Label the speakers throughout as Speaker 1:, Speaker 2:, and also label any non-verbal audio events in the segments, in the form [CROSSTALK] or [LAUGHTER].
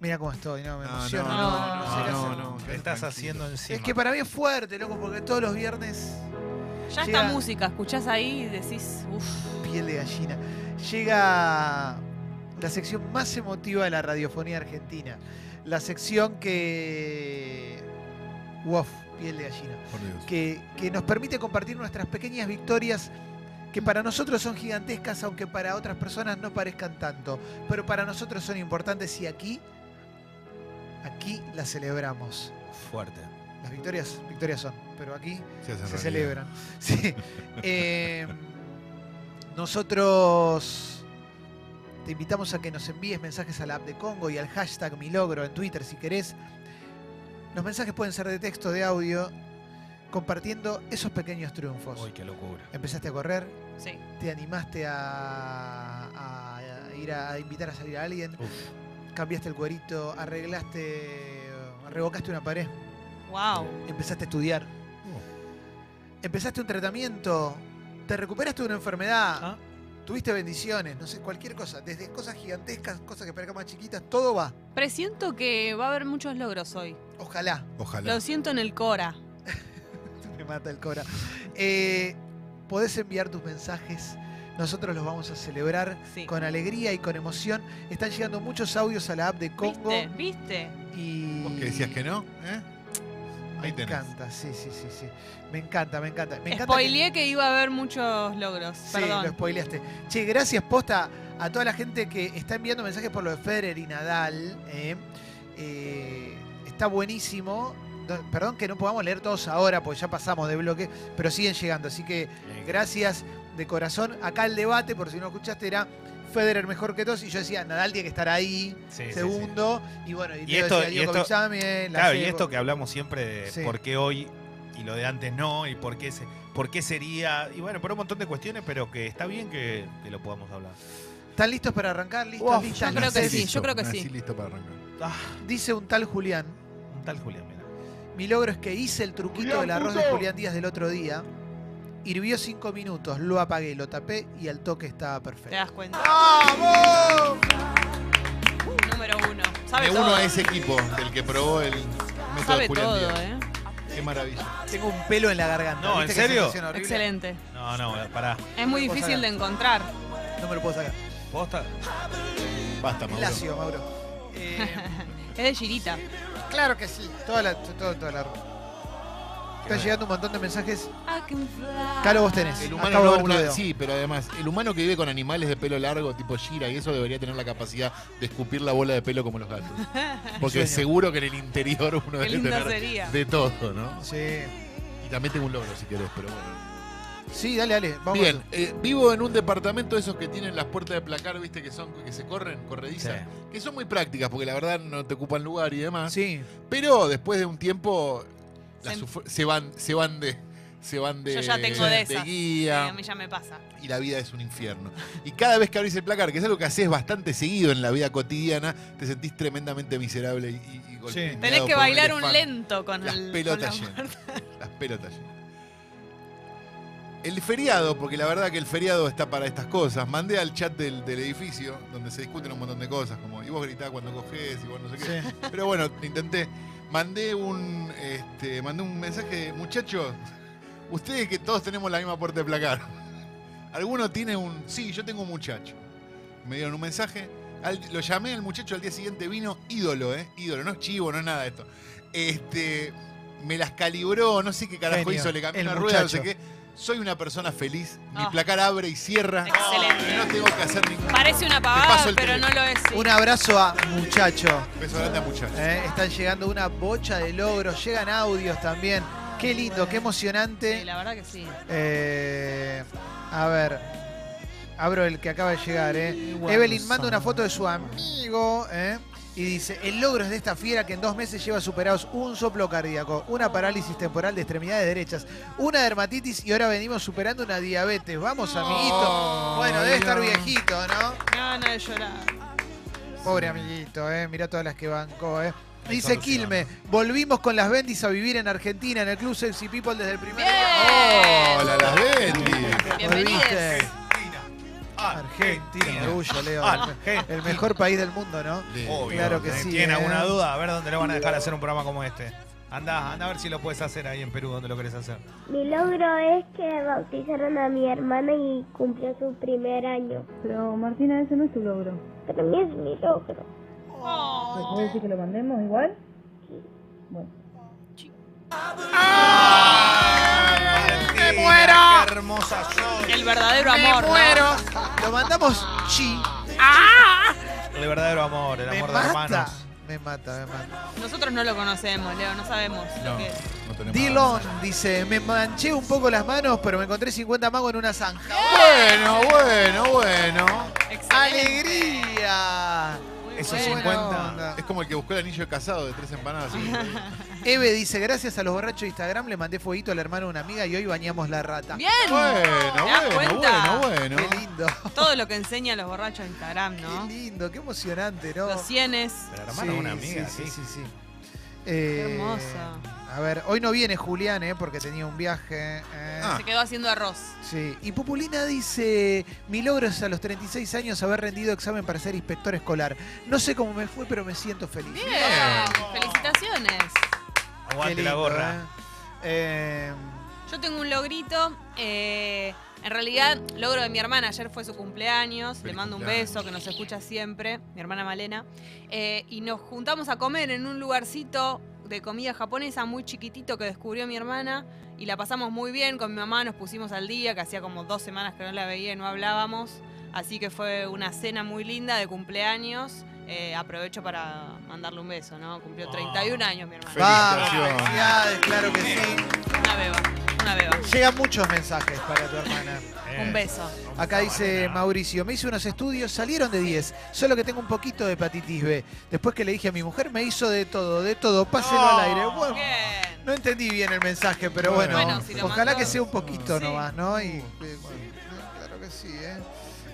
Speaker 1: Mira cómo estoy, no, me emociona.
Speaker 2: no, no,
Speaker 1: sé qué
Speaker 2: no,
Speaker 1: hacer.
Speaker 2: no,
Speaker 3: Te estás haciendo encima.
Speaker 1: Es que para mí es fuerte, loco, porque todos los viernes
Speaker 4: Ya esta
Speaker 1: Llega-
Speaker 4: música, escuchás ahí y decís, uff,
Speaker 1: piel de gallina. Llega la sección más emotiva de la radiofonía argentina. La sección que. Wow, piel de gallina.
Speaker 2: Por Dios.
Speaker 1: Que, que nos permite compartir nuestras pequeñas victorias que para nosotros son gigantescas, aunque para otras personas no parezcan tanto. Pero para nosotros son importantes y aquí. Aquí las celebramos.
Speaker 3: fuerte.
Speaker 1: Las victorias, victorias son, pero aquí
Speaker 2: Se, hacen
Speaker 1: se
Speaker 2: realidad.
Speaker 1: celebran. Sí. Eh, nosotros te invitamos a que nos envíes mensajes a la app de Congo y al hashtag Mi Logro en Twitter si querés. Los mensajes pueden ser de texto, de audio, compartiendo esos pequeños triunfos.
Speaker 3: Uy, qué locura.
Speaker 1: Empezaste a correr,
Speaker 4: sí.
Speaker 1: te animaste a, a- a ir a, a invitar a salir a alguien,
Speaker 3: Uf.
Speaker 1: cambiaste el cuerito, arreglaste, revocaste una pared,
Speaker 4: Wow.
Speaker 1: empezaste a estudiar
Speaker 2: Oh.
Speaker 1: empezaste un tratamiento, te recuperaste de una enfermedad,
Speaker 3: Ah.
Speaker 1: tuviste bendiciones, no sé, cualquier cosa, desde cosas gigantescas, cosas que parezcan más chiquitas, todo va.
Speaker 4: Presiento que va a haber muchos logros hoy.
Speaker 1: Ojalá. [LAUGHS]
Speaker 2: Ojalá.
Speaker 4: Lo siento en el Cora.
Speaker 1: Me mata el cora. Eh, podés enviar tus mensajes, nosotros los vamos a celebrar
Speaker 4: Sí.
Speaker 1: con alegría y con emoción. Están llegando muchos audios a la app de Congo
Speaker 4: ¿Viste? ¿Viste?
Speaker 1: y...
Speaker 2: ¿Vos que decías que no? ¿Eh?
Speaker 1: Me
Speaker 2: Ahí tenés.
Speaker 1: encanta, sí, sí, sí, sí. Me encanta, me encanta. Me encanta que-
Speaker 4: Spoileé que... iba a haber muchos logros.
Speaker 1: Sí, lo
Speaker 4: Perdón.
Speaker 1: spoileaste. Che, gracias posta a toda la gente que está enviando mensajes por lo de Federer y Nadal. ¿eh? Eh, está buenísimo. Do- Perdón que no podamos leer todos ahora, porque ya pasamos de bloque, pero siguen llegando. Así que gracias de corazón. Acá el debate, por si no escuchaste, era Federer mejor que todos. Y yo decía, Nadal tiene que estar ahí,
Speaker 3: Sí, sí, sí.
Speaker 1: segundo. Y bueno, y,
Speaker 3: Y
Speaker 1: Leo
Speaker 3: esto-
Speaker 1: decía
Speaker 3: y
Speaker 1: Djokovic
Speaker 3: esto-
Speaker 1: también, la
Speaker 3: Claro, y
Speaker 1: Sebo.
Speaker 3: esto que hablamos siempre de
Speaker 1: Sí.
Speaker 3: por qué hoy y lo de antes no, y por qué, se, por qué sería, y bueno, por un montón de cuestiones, pero que está bien que, que lo podamos hablar.
Speaker 1: ¿Están listos para arrancar? ¿Listos,
Speaker 3: Uf,
Speaker 1: listas?
Speaker 4: yo creo que
Speaker 1: ¿Listas?
Speaker 4: sí, yo creo que
Speaker 2: nací
Speaker 4: sí.
Speaker 2: listo para arrancar.
Speaker 3: Ah,
Speaker 1: Dice un tal Julián.
Speaker 3: un tal Julián, mira.
Speaker 1: Mi logro es que hice el truquito del arroz de Julián Díaz del otro día. Hirvió cinco minutos, lo apagué, lo tapé y al toque estaba
Speaker 4: Te
Speaker 1: perfecto.
Speaker 4: das cuenta. Uh,
Speaker 1: ¡Vamos!
Speaker 4: Número uno. Sabe
Speaker 2: Me
Speaker 4: todo.
Speaker 2: uno a ese equipo del que probó el método
Speaker 4: Sabe
Speaker 2: de Julián
Speaker 4: todo,
Speaker 2: Díaz.
Speaker 4: ¿eh?
Speaker 2: Qué maravilla.
Speaker 1: Tengo un pelo en la garganta.
Speaker 3: No,
Speaker 1: ¿viste qué
Speaker 3: ¿en serio?
Speaker 1: sensación horrible?
Speaker 4: Excelente.
Speaker 3: No, no, pará.
Speaker 4: Es muy
Speaker 1: Cosa
Speaker 4: difícil de
Speaker 1: grande.
Speaker 4: encontrar.
Speaker 1: No me lo puedo sacar.
Speaker 3: ¿Posta?
Speaker 2: Basta, Mauro.
Speaker 1: Lacio, Mauro. Eh, [LAUGHS]
Speaker 4: Es de Girita.
Speaker 1: claro que sí. Toda la, todo, toda la... Están llegando un montón de mensajes. Calo, vos tenés.
Speaker 2: El
Speaker 1: Acabo
Speaker 2: humano
Speaker 1: de
Speaker 2: no,
Speaker 1: ver tu
Speaker 2: no-
Speaker 1: dedo.
Speaker 2: sí, pero además, el humano que vive con animales de pelo largo, tipo Shira, y eso debería tener la capacidad de escupir la bola de pelo como
Speaker 4: [LAUGHS]
Speaker 2: los gatos. Porque
Speaker 1: Sueño.
Speaker 2: seguro que en el interior uno
Speaker 4: Qué
Speaker 2: debe
Speaker 4: lindo
Speaker 2: tener
Speaker 4: sería.
Speaker 2: de todo, ¿no?
Speaker 1: Sí.
Speaker 2: Y también tengo un logro si querés, pero bueno.
Speaker 1: Sí, dale, dale. Vamos.
Speaker 2: Bien, eh, vivo en un departamento de esos que tienen las puertas de placar, viste, que son, que se corren, corredizas,
Speaker 3: Sí.
Speaker 2: que son muy prácticas, porque la verdad no te ocupan lugar y demás.
Speaker 1: Sí.
Speaker 2: Pero después de un tiempo las
Speaker 4: Se-
Speaker 2: sufr- se van, se van de. Se van de,
Speaker 4: Yo ya tengo de esas. Sí,
Speaker 2: guía
Speaker 4: a mí ya me pasa.
Speaker 2: y la vida es un infierno. Y cada vez que abrís el placar, que es algo que haces bastante seguido en la vida cotidiana, te sentís tremendamente miserable y, y, y golpeado
Speaker 3: Sí.
Speaker 4: Tenés
Speaker 2: por
Speaker 4: que bailar un
Speaker 2: elefante.
Speaker 4: lento con
Speaker 2: Las
Speaker 4: el.
Speaker 2: pelotas
Speaker 4: con la-
Speaker 2: llenas. Las pelotas llenas. El feriado, porque la verdad que el feriado está para estas cosas, mandé al chat del, del edificio, donde se discuten un montón de cosas, como, y vos gritás cuando coges, y vos no sé qué.
Speaker 1: Sí.
Speaker 2: Pero bueno, intenté. Mandé un, este, mandé un mensaje, muchachos, ustedes que todos tenemos la misma puerta de placar. ¿Alguno tiene un...? Sí, yo tengo un muchacho. Me dieron un mensaje. al- lo llamé al muchacho, al día siguiente vino ídolo, ¿eh? Ídolo, no es chivo, no es nada de esto. Este, me las calibró, no sé qué carajo
Speaker 1: Genio,
Speaker 2: hizo, le cambió
Speaker 1: el
Speaker 2: una rueda, no
Speaker 1: muchacho.
Speaker 2: sé qué. Soy una persona feliz. Mi
Speaker 4: Ah.
Speaker 2: placar abre y cierra.
Speaker 4: Excelente.
Speaker 2: No tengo que hacer ningún...
Speaker 4: Parece una
Speaker 2: paso
Speaker 4: pavada,
Speaker 2: el
Speaker 4: pero no
Speaker 2: teléfono.
Speaker 4: lo es. sí.
Speaker 1: Un abrazo a muchacho.
Speaker 2: Beso grande a muchachos.
Speaker 1: Eh, Están llegando una bocha de logros, llegan audios también. Qué lindo, qué
Speaker 4: Sí,
Speaker 1: emocionante.
Speaker 4: la verdad que sí.
Speaker 1: Eh, a ver, abro el que acaba de llegar. eh. Evelyn manda una foto de su amigo eh, y dice, el logro es de esta fiera que en dos meses lleva superados un soplo cardíaco, una parálisis temporal de extremidades derechas, una dermatitis y ahora venimos superando una diabetes. Vamos, amiguito. Bueno, debe estar viejito, ¿no?
Speaker 4: Me van a llorar.
Speaker 1: Pobre amiguito, eh. Mirá todas las que bancó, eh.
Speaker 3: Hay
Speaker 1: Dice
Speaker 3: solución.
Speaker 1: Quilme, volvimos con las Bendis a vivir en Argentina, en el Club Sexy People desde el primer
Speaker 4: Bien.
Speaker 1: día.
Speaker 2: Hola, las Betty.
Speaker 1: Volviste.
Speaker 4: Bienvenidos.
Speaker 1: Argentina, orgullo, Leo.
Speaker 3: Argentina.
Speaker 1: El mejor país del mundo, ¿no?
Speaker 2: De-
Speaker 3: Obvio.
Speaker 1: Claro que sí,
Speaker 3: ¿Tienen
Speaker 1: eh.
Speaker 3: alguna duda? A ver dónde lo van a dejar hacer un programa como este. Anda, anda a ver si lo puedes hacer ahí en Perú, donde lo querés hacer.
Speaker 5: Mi logro es que bautizaron a mi hermana y cumplió su primer año.
Speaker 6: Pero Martina, ese no es tu logro.
Speaker 5: Para mí es mi logro.
Speaker 6: ¿Me puedes decir que lo mandemos igual? Bueno.
Speaker 3: ¡Me muero! ¡Qué hermosa soy!
Speaker 4: El verdadero amor. ¿no?
Speaker 1: Lo mandamos chi.
Speaker 3: El verdadero amor, el
Speaker 1: Me
Speaker 3: amor de
Speaker 1: mata.
Speaker 3: hermanos.
Speaker 1: Me mata, me mata.
Speaker 4: Nosotros no lo conocemos, Leo, no sabemos lo
Speaker 2: No,
Speaker 4: que es.
Speaker 2: no tenemos
Speaker 1: Dylan
Speaker 2: nada.
Speaker 1: dice, me manché un poco las manos, pero me encontré 50 magos en una zanja.
Speaker 2: Bueno, bueno, bueno.
Speaker 4: Excelente.
Speaker 1: ¡Alegría!
Speaker 4: Muy
Speaker 3: Esos
Speaker 4: bueno.
Speaker 3: 50.
Speaker 1: onda.
Speaker 2: Es como el que buscó el anillo de casado de tres empanadas.
Speaker 4: [LAUGHS]
Speaker 1: Eve dice, gracias a los borrachos de Instagram le mandé fueguito al hermano de una amiga y hoy bañamos la rata.
Speaker 4: Bien.
Speaker 2: Bueno,
Speaker 4: ¿Te das
Speaker 2: bueno,
Speaker 4: cuenta?
Speaker 2: bueno, bueno.
Speaker 1: Qué lindo,
Speaker 4: Todo lo que enseñan los borrachos de Instagram, ¿no?
Speaker 1: qué lindo, qué emocionante, ¿no?
Speaker 4: Los cienes.
Speaker 3: Pero hermano,
Speaker 1: Sí,
Speaker 3: una amiga,
Speaker 1: sí,
Speaker 3: sí.
Speaker 1: sí, sí, sí.
Speaker 4: Qué
Speaker 1: Eh,
Speaker 4: hermosa.
Speaker 1: A ver, hoy no viene Julián, ¿eh? Porque tenía un viaje. eh.
Speaker 2: Ah.
Speaker 4: Se quedó haciendo arroz.
Speaker 1: Sí. Y Populina dice, mi logro es a los 36 años haber rendido examen para ser inspector escolar. No sé cómo me fue, pero me siento feliz.
Speaker 4: Bien. Felicitaciones.
Speaker 1: Qué
Speaker 3: Aguante
Speaker 1: lindo,
Speaker 3: la gorra.
Speaker 1: ¿eh? Eh,
Speaker 4: Yo tengo un logrito. eh, en realidad, logro de mi hermana. Ayer fue su cumpleaños. Le
Speaker 2: Feliz
Speaker 4: mando un
Speaker 2: cumpleaños.
Speaker 4: beso que nos escucha siempre, mi hermana Malena. Eh, y nos juntamos a comer en un lugarcito de comida japonesa muy chiquitito que descubrió mi hermana. Y la pasamos muy bien con mi mamá. Nos pusimos al día, que hacía como dos semanas que no la veía y no hablábamos. Así que fue una cena muy linda de cumpleaños. Eh, aprovecho para mandarle un beso, ¿no? Cumplió 31 años mi hermana.
Speaker 1: vamos,
Speaker 2: Felicitaciones.
Speaker 1: felicidades, claro que sí.
Speaker 4: Una beba, una beba.
Speaker 1: Llegan muchos mensajes para tu hermana.
Speaker 3: Eh.
Speaker 4: Un beso.
Speaker 1: Acá dice Mauricio, me hice unos estudios, salieron de 10, solo que tengo un poquito de hepatitis B. Después que le dije a mi mujer, me hizo de todo, de todo, páselo
Speaker 3: No.
Speaker 1: al aire. Bueno,
Speaker 4: Bien.
Speaker 1: no entendí bien el mensaje, pero bueno,
Speaker 4: Bueno, si lo
Speaker 1: ojalá
Speaker 4: mandó-
Speaker 1: que sea un poquito
Speaker 4: Sí.
Speaker 1: nomás, ¿no? Y, eh, bueno, claro que sí, ¿eh?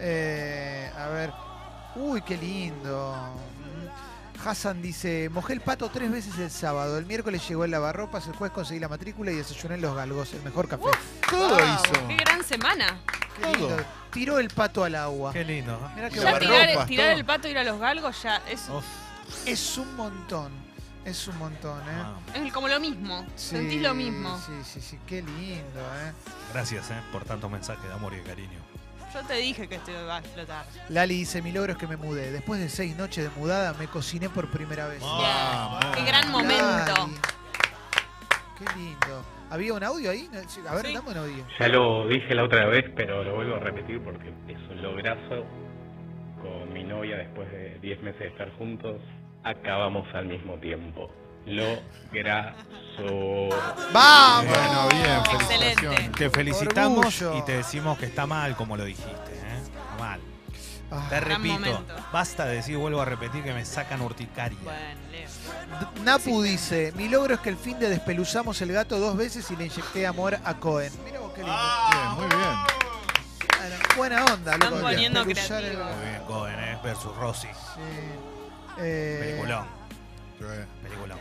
Speaker 1: Eh, A ver, uy, qué lindo. Mm. Hassan dice, mojé el pato tres veces el sábado, el miércoles llegó el lavarropas, el jueves conseguí la matrícula y desayuné en Los Galgos, el mejor café.
Speaker 2: Todo hizo.
Speaker 4: Qué gran semana.
Speaker 1: Qué lindo.
Speaker 2: todo.
Speaker 1: Tiró el pato al agua.
Speaker 3: Qué lindo. ¿no?
Speaker 1: Mirá qué
Speaker 4: Ya
Speaker 1: barro-
Speaker 4: tirar,
Speaker 2: Lavarropas,
Speaker 4: tirar
Speaker 2: todo.
Speaker 4: el pato y ir a los galgos ya es,
Speaker 3: Uf,
Speaker 1: Es un montón, es un montón, ¿eh?
Speaker 3: mamá.
Speaker 4: es como lo mismo.
Speaker 1: Sí,
Speaker 4: Ah. Sentís lo mismo.
Speaker 1: Sí, sí, sí, qué lindo, ¿eh?
Speaker 3: Gracias eh, por tantos mensajes de amor y de cariño.
Speaker 4: Yo te dije que esto iba a explotar.
Speaker 1: Lali dice, mi logro es que me mudé. Después de seis noches de mudada, me cociné por primera vez.
Speaker 3: Ah,
Speaker 4: Qué
Speaker 1: Lali,
Speaker 4: gran momento.
Speaker 1: Qué lindo. ¿Había un audio ahí? No, sí, A ver,
Speaker 4: Sí.
Speaker 1: dame un audio.
Speaker 7: Ya lo dije la otra vez, pero lo vuelvo a repetir porque es un lograzo. Con mi novia, después de 10 meses de estar juntos, acabamos al mismo tiempo. Lograzo.
Speaker 1: ¡Vamos!
Speaker 2: Bueno, bien,
Speaker 4: Excelente.
Speaker 2: felicitaciones.
Speaker 3: Te felicitamos
Speaker 1: Orgullo.
Speaker 3: y te decimos que está mal como lo dijiste. ¿eh? Está mal.
Speaker 1: Ah,
Speaker 3: Te
Speaker 4: Gran
Speaker 3: repito,
Speaker 4: momento.
Speaker 3: basta de decir, vuelvo a repetir, que me sacan urticaria.
Speaker 4: Bueno, Leo.
Speaker 1: D- Napu dice, mi logro es que el fin de despeluzamos el gato dos veces y le inyecté amor a Cohen. Mira vos qué lindo.
Speaker 4: Ah.
Speaker 2: Bien, muy bien.
Speaker 1: Claro, Buena onda, loco.
Speaker 4: poniendo
Speaker 1: Despeluzar el
Speaker 4: creativos.
Speaker 1: gato.
Speaker 3: Muy bien, Cohen, ¿eh? versus Rossi.
Speaker 1: Sí. Eh,
Speaker 3: Peliculón,
Speaker 2: Sí.
Speaker 3: peliculón.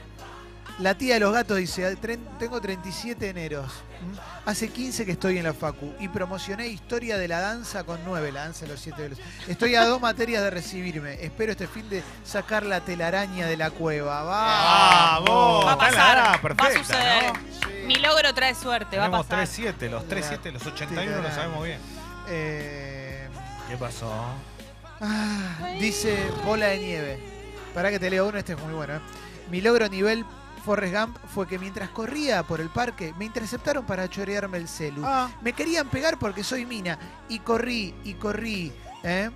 Speaker 1: La tía de los gatos dice, "Al tren- tengo 37 eneros. ¿m? Hace 15 que estoy en la facu y promocioné historia de la danza con 9, la danza de los 7 velos. Estoy a dos materias de recibirme. Espero este fin de sacar la telaraña de la cueva. ¡Vamos!
Speaker 3: ¡Vamos!
Speaker 4: Va
Speaker 3: está
Speaker 4: a
Speaker 3: en la
Speaker 4: pasar,
Speaker 3: grada
Speaker 4: va a
Speaker 3: perfecta,
Speaker 4: suceder.
Speaker 3: ¿no?
Speaker 4: Mi logro trae suerte, va a
Speaker 3: Tenemos
Speaker 4: pasar.
Speaker 3: 3-7, los 3-7, los 81 lo sabemos bien.
Speaker 1: Eh,
Speaker 3: ¿Qué pasó?
Speaker 1: ah, dice bola de nieve. Para que te leo uno, este es muy bueno. ¿eh? Mi logro nivel Forrest Gump fue que mientras corría por el parque me interceptaron para chorearme el celu. Me querían pegar porque soy mina. Y corrí, y corrí. ¿eh?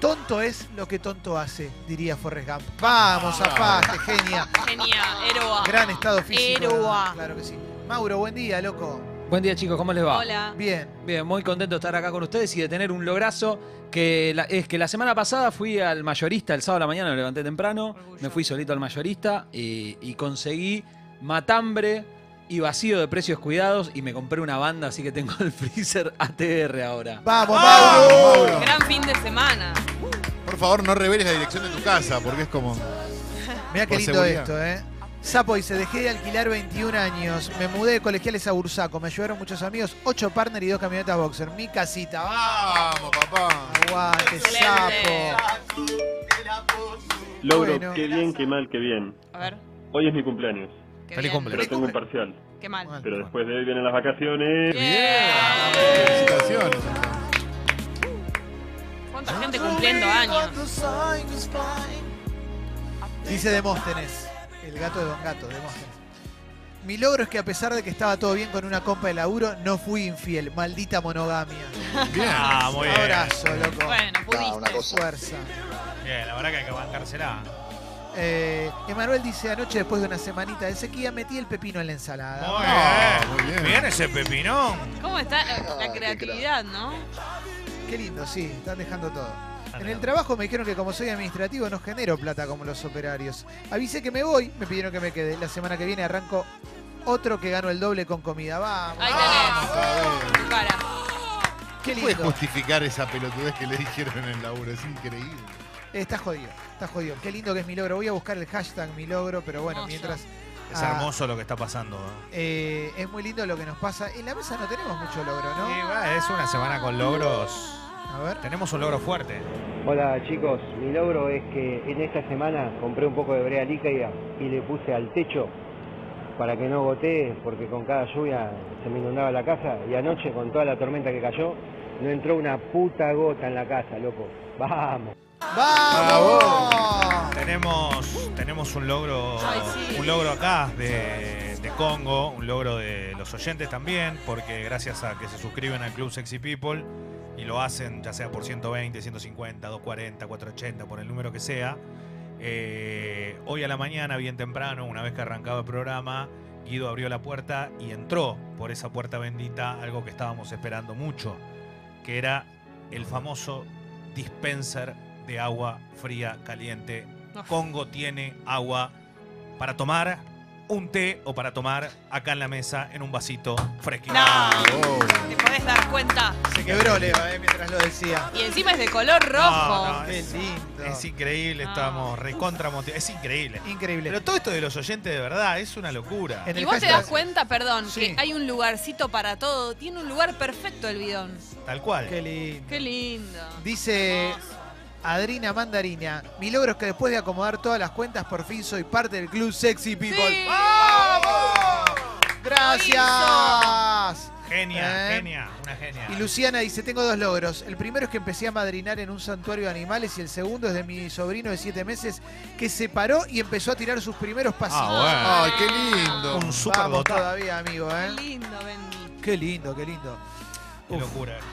Speaker 1: Tonto es lo que tonto hace, diría Forrest Gump. Vamos, zapaste, genia.
Speaker 4: Genia, héroa.
Speaker 1: Gran estado físico.
Speaker 4: Héroa.
Speaker 1: Claro que sí. Mauro, buen día, loco.
Speaker 8: Buen día chicos, ¿cómo les va?
Speaker 4: Hola.
Speaker 1: Bien.
Speaker 8: Bien, muy contento de estar acá con ustedes y de tener un lograzo que la- es que la semana pasada fui al mayorista, el sábado a la mañana me levanté temprano,
Speaker 4: Orgullo.
Speaker 8: me fui solito al mayorista y, y conseguí matambre y vacío de precios cuidados y me compré una banda, así que tengo el [LAUGHS] freezer ATR ahora.
Speaker 1: Vamos,
Speaker 2: ¡Vamos,
Speaker 1: Mauro.
Speaker 2: Mauro!
Speaker 4: Gran fin de semana.
Speaker 2: Por favor, no reveles la dirección de tu casa, porque es como.
Speaker 1: Mira qué
Speaker 2: Por
Speaker 1: lindo
Speaker 2: seguridad.
Speaker 1: esto, ¿eh? Sapo dice, dejé de alquilar 21 años, me mudé de colegiales a Bursaco, me ayudaron muchos amigos, 8 partner y 2 camionetas boxer, mi casita, ¡Ah!
Speaker 2: Vamos, papá.
Speaker 1: aguante,
Speaker 4: Excelente.
Speaker 1: sapo.
Speaker 7: Logro,
Speaker 1: Bueno.
Speaker 7: qué bien, qué mal, qué bien.
Speaker 4: A ver.
Speaker 7: Hoy es mi cumpleaños,
Speaker 4: Qué
Speaker 3: Feliz
Speaker 4: bien.
Speaker 3: cumpleaños.
Speaker 7: pero tengo un parcial.
Speaker 4: Qué mal.
Speaker 1: Bueno.
Speaker 7: Pero después de hoy vienen las vacaciones.
Speaker 4: Bien.
Speaker 2: Felicitaciones.
Speaker 4: ¿Cuánta gente cumpliendo años?
Speaker 1: Dice Demóstenes, el gato de Don Gato, Demóstenes. Mi logro es que a pesar de que estaba todo bien con una compa de laburo, no fui infiel. Maldita monogamia.
Speaker 2: Bien.
Speaker 3: Ah, muy bien.
Speaker 1: Abrazo, loco.
Speaker 4: Bueno, pudiste.
Speaker 9: una cosa.
Speaker 1: Fuerza.
Speaker 3: Bien, la verdad que hay que bancársela.
Speaker 1: Eh, Emanuel dice, anoche después de una semanita de sequía, metí el pepino en la ensalada.
Speaker 3: Muy
Speaker 2: Ah,
Speaker 3: bien.
Speaker 2: muy bien.
Speaker 3: Bien ese pepinón.
Speaker 4: ¿Cómo está la- la
Speaker 9: qué
Speaker 4: creatividad, no?
Speaker 1: Qué lindo, sí, están dejando todo.
Speaker 3: Ah,
Speaker 1: En el trabajo me dijeron que como soy administrativo no genero plata como los operarios. Avisé que me voy, me pidieron que me quede. La semana que viene arranco otro que gano el doble con comida. Vamos.
Speaker 4: Ahí
Speaker 2: Ah,
Speaker 4: tenés. Tu cara.
Speaker 1: Qué
Speaker 2: Puedes
Speaker 1: lindo.
Speaker 2: justificar esa pelotudez que le dijeron en el laburo, es increíble.
Speaker 1: Está jodido, está jodido. Qué lindo que es mi logro. Voy a buscar el hashtag mi logro, pero bueno,
Speaker 4: Hermoso.
Speaker 1: mientras...
Speaker 3: Es
Speaker 1: ah,
Speaker 3: hermoso lo que está pasando. ¿no?
Speaker 1: eh, es muy lindo lo que nos pasa. En la mesa no tenemos mucho logro, ¿no?
Speaker 3: Y, bueno, es una semana con logros.
Speaker 1: A ver.
Speaker 3: Tenemos un logro fuerte.
Speaker 10: Hola chicos, mi logro es que en esta semana compré un poco de brea líquida y le puse al techo para que no gotee, porque con cada lluvia se me inundaba la casa y anoche con toda la tormenta que cayó no entró una puta gota en la casa, loco. Vamos.
Speaker 1: ¡Vamos!
Speaker 3: Tenemos, tenemos un logro,
Speaker 4: Ay, sí.
Speaker 3: un logro acá de, de Congo, un logro de los oyentes también, porque gracias a que se suscriben al Club Sexy People y lo hacen ya sea por 120, 150, 240, 480, por el número que sea, eh, hoy a la mañana, bien temprano, una vez que arrancaba el programa, Guido abrió la puerta y entró por esa puerta bendita algo que estábamos esperando mucho, que era el famoso dispenser de agua fría caliente
Speaker 4: Uf.
Speaker 3: Congo tiene agua para tomar un té o para tomar acá en la mesa en un vasito fresquito.
Speaker 4: No.
Speaker 2: Oh.
Speaker 4: Te podés dar cuenta.
Speaker 1: Se quebró Leva, eh, mientras lo decía.
Speaker 4: Y encima es de color
Speaker 3: No,
Speaker 4: rojo.
Speaker 3: no,
Speaker 1: Qué
Speaker 3: es,
Speaker 1: lindo.
Speaker 3: es increíble, estamos recontra motivados. Es increíble.
Speaker 1: Increíble.
Speaker 3: Pero todo esto de los oyentes de verdad es una locura.
Speaker 1: En
Speaker 4: Y
Speaker 1: el
Speaker 4: vos te
Speaker 1: hashtag-
Speaker 4: das cuenta, perdón,
Speaker 1: Sí.
Speaker 4: que hay un lugarcito para todo. Tiene un lugar perfecto el bidón.
Speaker 3: Tal cual.
Speaker 1: Qué lindo.
Speaker 4: Qué lindo.
Speaker 1: Dice Adrina Mandarina, mi logro es que después de acomodar todas las cuentas por fin soy parte del Club Sexy People.
Speaker 4: Sí.
Speaker 1: ¡Gracias!
Speaker 3: Genia,
Speaker 1: Eh.
Speaker 3: genia, una genia.
Speaker 1: Y Luciana dice, tengo dos logros. El primero es que empecé a madrinar en un santuario de animales y el segundo es de mi sobrino de siete meses que se paró y empezó a tirar sus primeros pasitos.
Speaker 3: Ah,
Speaker 2: Ay, qué lindo.
Speaker 3: bueno. Un super
Speaker 1: Vamos
Speaker 3: botón.
Speaker 1: todavía, amigo,
Speaker 4: Qué
Speaker 1: ¿eh?
Speaker 4: lindo, Bendy.
Speaker 1: Qué lindo, qué lindo.
Speaker 3: Qué
Speaker 1: Uf.
Speaker 3: locura. esto,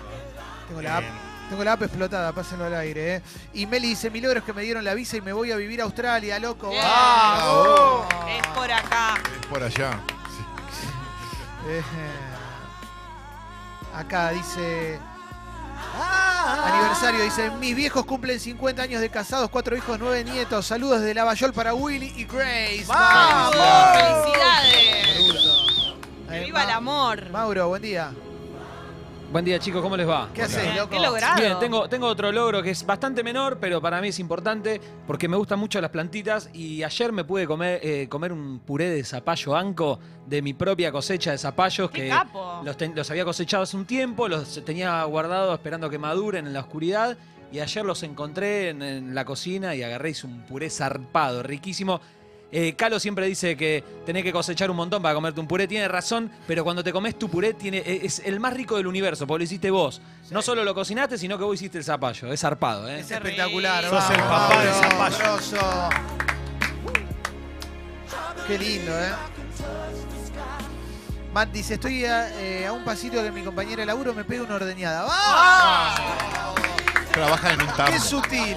Speaker 1: Tengo
Speaker 3: eh.
Speaker 1: la app
Speaker 3: Eh,
Speaker 1: Tengo la app explotada, pásenlo al aire, ¿eh? Y Meli dice, mi logro es que me dieron la visa y me voy a vivir a Australia, loco.
Speaker 4: Bien.
Speaker 1: ¡Vamos!
Speaker 4: Es por acá.
Speaker 2: Es por allá. Sí.
Speaker 1: Eh, Acá dice...
Speaker 4: Ah.
Speaker 1: Aniversario, dice, mis viejos cumplen 50 años de casados, cuatro hijos, nueve nietos. Saludos desde Lavallol para Willy y Grace.
Speaker 4: ¡Vamos! ¡Felicidades!
Speaker 1: Bruto.
Speaker 4: Que
Speaker 1: Eh,
Speaker 4: ¡Viva el
Speaker 1: Ma-
Speaker 4: amor!
Speaker 1: Mauro, buen día.
Speaker 8: Buen día, chicos, ¿cómo les va?
Speaker 1: ¿Qué haces,
Speaker 4: Bien,
Speaker 1: loco?
Speaker 4: ¿Qué logrado?
Speaker 8: Bien, tengo, tengo otro logro que es bastante menor, pero para mí es importante porque me gustan mucho las plantitas y ayer me pude comer, eh, comer un puré de zapallo anco de mi propia cosecha de zapallos
Speaker 4: ¡Qué
Speaker 8: que
Speaker 4: capo!
Speaker 8: los, ten- los había cosechado hace un tiempo, los tenía guardados esperando que maduren en la oscuridad y ayer los encontré en, en la cocina y agarré hice un puré zarpado, riquísimo. Eh, Calo siempre dice que tenés que cosechar un montón para comerte un puré. Tiene razón, pero cuando te comes tu puré tiene, e- es el más rico del universo, porque lo hiciste vos. No solo lo cocinaste, sino que vos hiciste el zapallo. Es zarpado, ¿eh?
Speaker 1: Es espectacular.
Speaker 4: Sos
Speaker 1: vamos,
Speaker 3: el papá de
Speaker 1: Mauro,
Speaker 3: Zapallo.
Speaker 1: grosso. Qué lindo, ¿eh? Matt dice, estoy a, eh, a un pasito que mi compañera de laburo me pega una ordeñada. ¡Vamos!
Speaker 2: Trabajan en un
Speaker 3: Ah.
Speaker 1: ¡Qué
Speaker 2: tambo.
Speaker 1: sutil!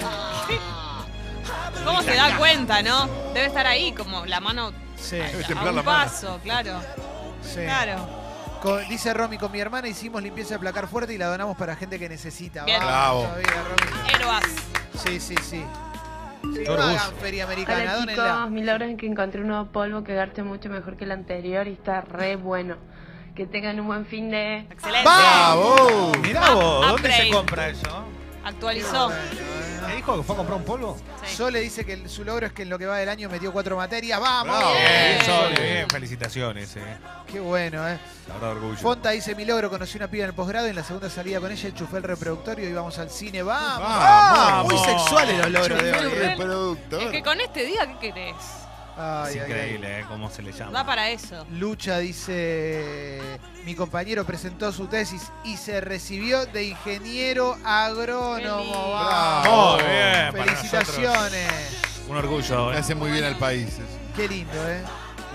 Speaker 4: ¿Cómo se da cuenta, no? Debe estar ahí, como la mano
Speaker 1: Sí,
Speaker 2: Debe
Speaker 4: a
Speaker 2: temblar
Speaker 4: un
Speaker 2: la mano.
Speaker 4: paso, claro.
Speaker 1: sí.
Speaker 4: Claro.
Speaker 1: Con- dice Romy, con mi hermana hicimos limpieza de placar fuerte y la donamos para gente que necesita.
Speaker 4: Bien.
Speaker 1: Vamos, todavía, Romy.
Speaker 4: Héroas.
Speaker 1: Sí, sí, sí.
Speaker 3: Qué
Speaker 1: No
Speaker 3: orgullo.
Speaker 1: hagan feria americana,
Speaker 11: Hola
Speaker 1: donenla.
Speaker 11: chicos, mi logro es que encontré un nuevo polvo que garte mucho mejor que el anterior y está re bueno. Que tengan un buen fin de...
Speaker 4: Excelente.
Speaker 1: ¡Vamos!
Speaker 2: ¡Bravo!
Speaker 3: Mirá vos, ¿dónde se
Speaker 4: Upgrade.
Speaker 3: compra eso?
Speaker 4: Actualizó.
Speaker 1: Bueno, ¿eh?
Speaker 3: ¿Te dijo que fue a comprar un polvo?
Speaker 1: Sole dice que el- su logro es que en lo que va del año metió cuatro materias. ¡Vamos!
Speaker 3: Bravo, Bien,
Speaker 1: Bien.
Speaker 3: Sol, bien, felicitaciones. Eh.
Speaker 1: Qué bueno, ¿eh?
Speaker 3: La verdad, orgullo.
Speaker 1: Fonta dice, mi logro, conocí una piba en el posgrado y en la segunda salida con ella enchufé el reproductor y íbamos al cine. ¡Vamos!
Speaker 2: Vamos.
Speaker 1: Muy sexuales los logros de
Speaker 2: Chupé
Speaker 1: hoy.
Speaker 2: el
Speaker 1: ¿eh?
Speaker 2: reproductor.
Speaker 4: Es que con este día, ¿qué querés?
Speaker 1: Ay,
Speaker 3: es
Speaker 1: ay, ay.
Speaker 3: increíble, ¿eh? ¿Cómo se le llama?
Speaker 4: Va para eso.
Speaker 1: Lucha dice, mi compañero presentó su tesis y se recibió de ingeniero
Speaker 4: Qué
Speaker 1: agrónomo.
Speaker 4: lindo.
Speaker 1: ¡Vamos!
Speaker 3: Muy Oh, bien, para
Speaker 1: Oh, Felicitaciones.
Speaker 3: Un orgullo,
Speaker 2: Le
Speaker 3: ¿eh?
Speaker 2: hace muy bien al país. eso.
Speaker 1: Qué lindo, ¿eh?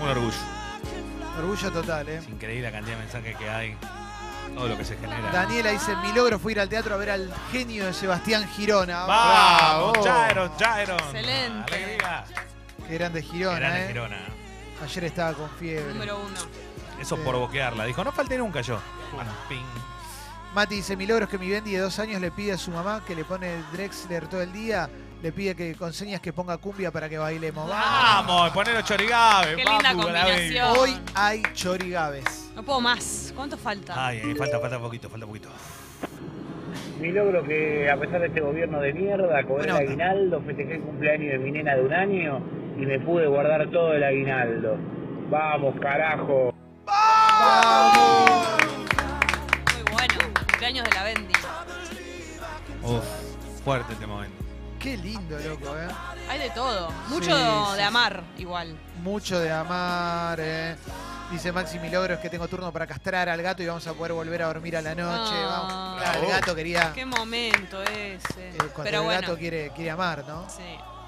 Speaker 3: Un orgullo.
Speaker 1: Orgullo total, ¿eh?
Speaker 3: Es increíble la cantidad de mensajes que hay. Todo lo que se genera.
Speaker 1: Daniela dice, mi logro fue ir al teatro a ver al genio de Sebastián Girona.
Speaker 3: ¡Vamos,
Speaker 1: Bravo.
Speaker 3: Jairon, Jairon!
Speaker 4: Excelente.
Speaker 3: ¡Alegría!
Speaker 1: Qué grande Girona,
Speaker 3: Grande
Speaker 1: ¿eh?
Speaker 3: Girona.
Speaker 1: Ayer estaba con fiebre.
Speaker 4: Número uno.
Speaker 3: Eso
Speaker 1: Sí.
Speaker 3: por boquearla. Dijo, no falté nunca yo. Ah, ping.
Speaker 1: Mati dice, mi logro es que mi Bendy de dos años le pide a su mamá que le pone Drexler todo el día, le pide que con señas que ponga cumbia para que bailemos.
Speaker 3: ¡Vamos! Poner chorigabe.
Speaker 4: Qué linda
Speaker 3: papu, la baby.
Speaker 4: combinación.
Speaker 1: Hoy hay chorigaves.
Speaker 4: No puedo más. ¿Cuánto falta?
Speaker 3: Ay, ay, falta, falta poquito, falta poquito.
Speaker 10: Mi logro que a pesar de este gobierno de mierda, cobré
Speaker 1: Bueno.
Speaker 10: el aguinaldo, festejé el cumpleaños de mi nena de un año y me pude guardar todo el aguinaldo. Vamos, carajo.
Speaker 4: Muy bueno. Cumpleaños de la Bendy.
Speaker 3: Uf, fuerte este momento.
Speaker 1: Qué lindo, loco, ¿eh?
Speaker 4: Hay de todo. Mucho
Speaker 1: Sí, sí,
Speaker 4: de amar, igual.
Speaker 1: Mucho de amar, ¿eh? Dice Maxi, mi logro es que tengo turno para castrar al gato y vamos a poder volver a dormir a la noche.
Speaker 4: Ah.
Speaker 1: Vamos. Claro, el gato quería...
Speaker 4: Qué momento ese.
Speaker 1: eh, cuando
Speaker 4: Pero
Speaker 1: el
Speaker 4: bueno,
Speaker 1: gato quiere, quiere amar, ¿no?
Speaker 4: sí.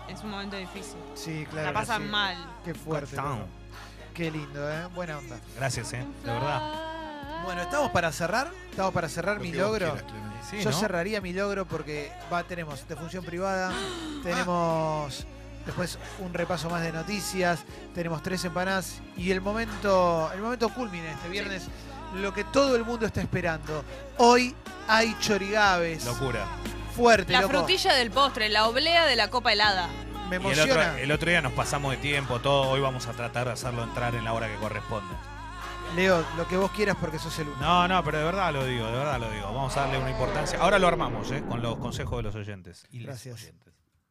Speaker 4: Es un momento difícil.
Speaker 1: Sí, claro.
Speaker 4: La
Speaker 1: que
Speaker 4: pasan
Speaker 1: sí.
Speaker 4: mal.
Speaker 1: Qué fuerte.
Speaker 3: Town.
Speaker 1: loco. Qué lindo, ¿eh? Buena onda.
Speaker 3: Gracias, eh. De verdad.
Speaker 1: Bueno, ¿estamos para cerrar? ¿Estamos para cerrar
Speaker 2: Lo
Speaker 1: mi
Speaker 2: que vos
Speaker 1: logro?
Speaker 2: quieras, Clemente.
Speaker 3: Sí,
Speaker 1: Yo
Speaker 3: ¿no?
Speaker 1: cerraría mi logro porque va, tenemos de función privada, tenemos después un repaso más de noticias, tenemos tres empanadas y el momento, el momento culmine este viernes, lo que todo el mundo está esperando. Hoy hay chorigaves.
Speaker 3: Locura.
Speaker 1: Fuerte,
Speaker 4: La
Speaker 1: loco.
Speaker 4: frutilla del postre, la oblea de la copa helada.
Speaker 1: Me
Speaker 3: Y el otro,
Speaker 1: emociona.
Speaker 3: el otro día nos pasamos de tiempo, todo. Hoy vamos a tratar de hacerlo entrar en la hora que corresponde.
Speaker 1: Leo, lo que vos quieras porque sos el uno.
Speaker 3: No, no, pero de verdad lo digo, de verdad lo digo. Vamos a darle una importancia. Ahora lo armamos, ¿eh? Con los consejos de los oyentes. Y las
Speaker 1: Gracias.
Speaker 3: oyentes.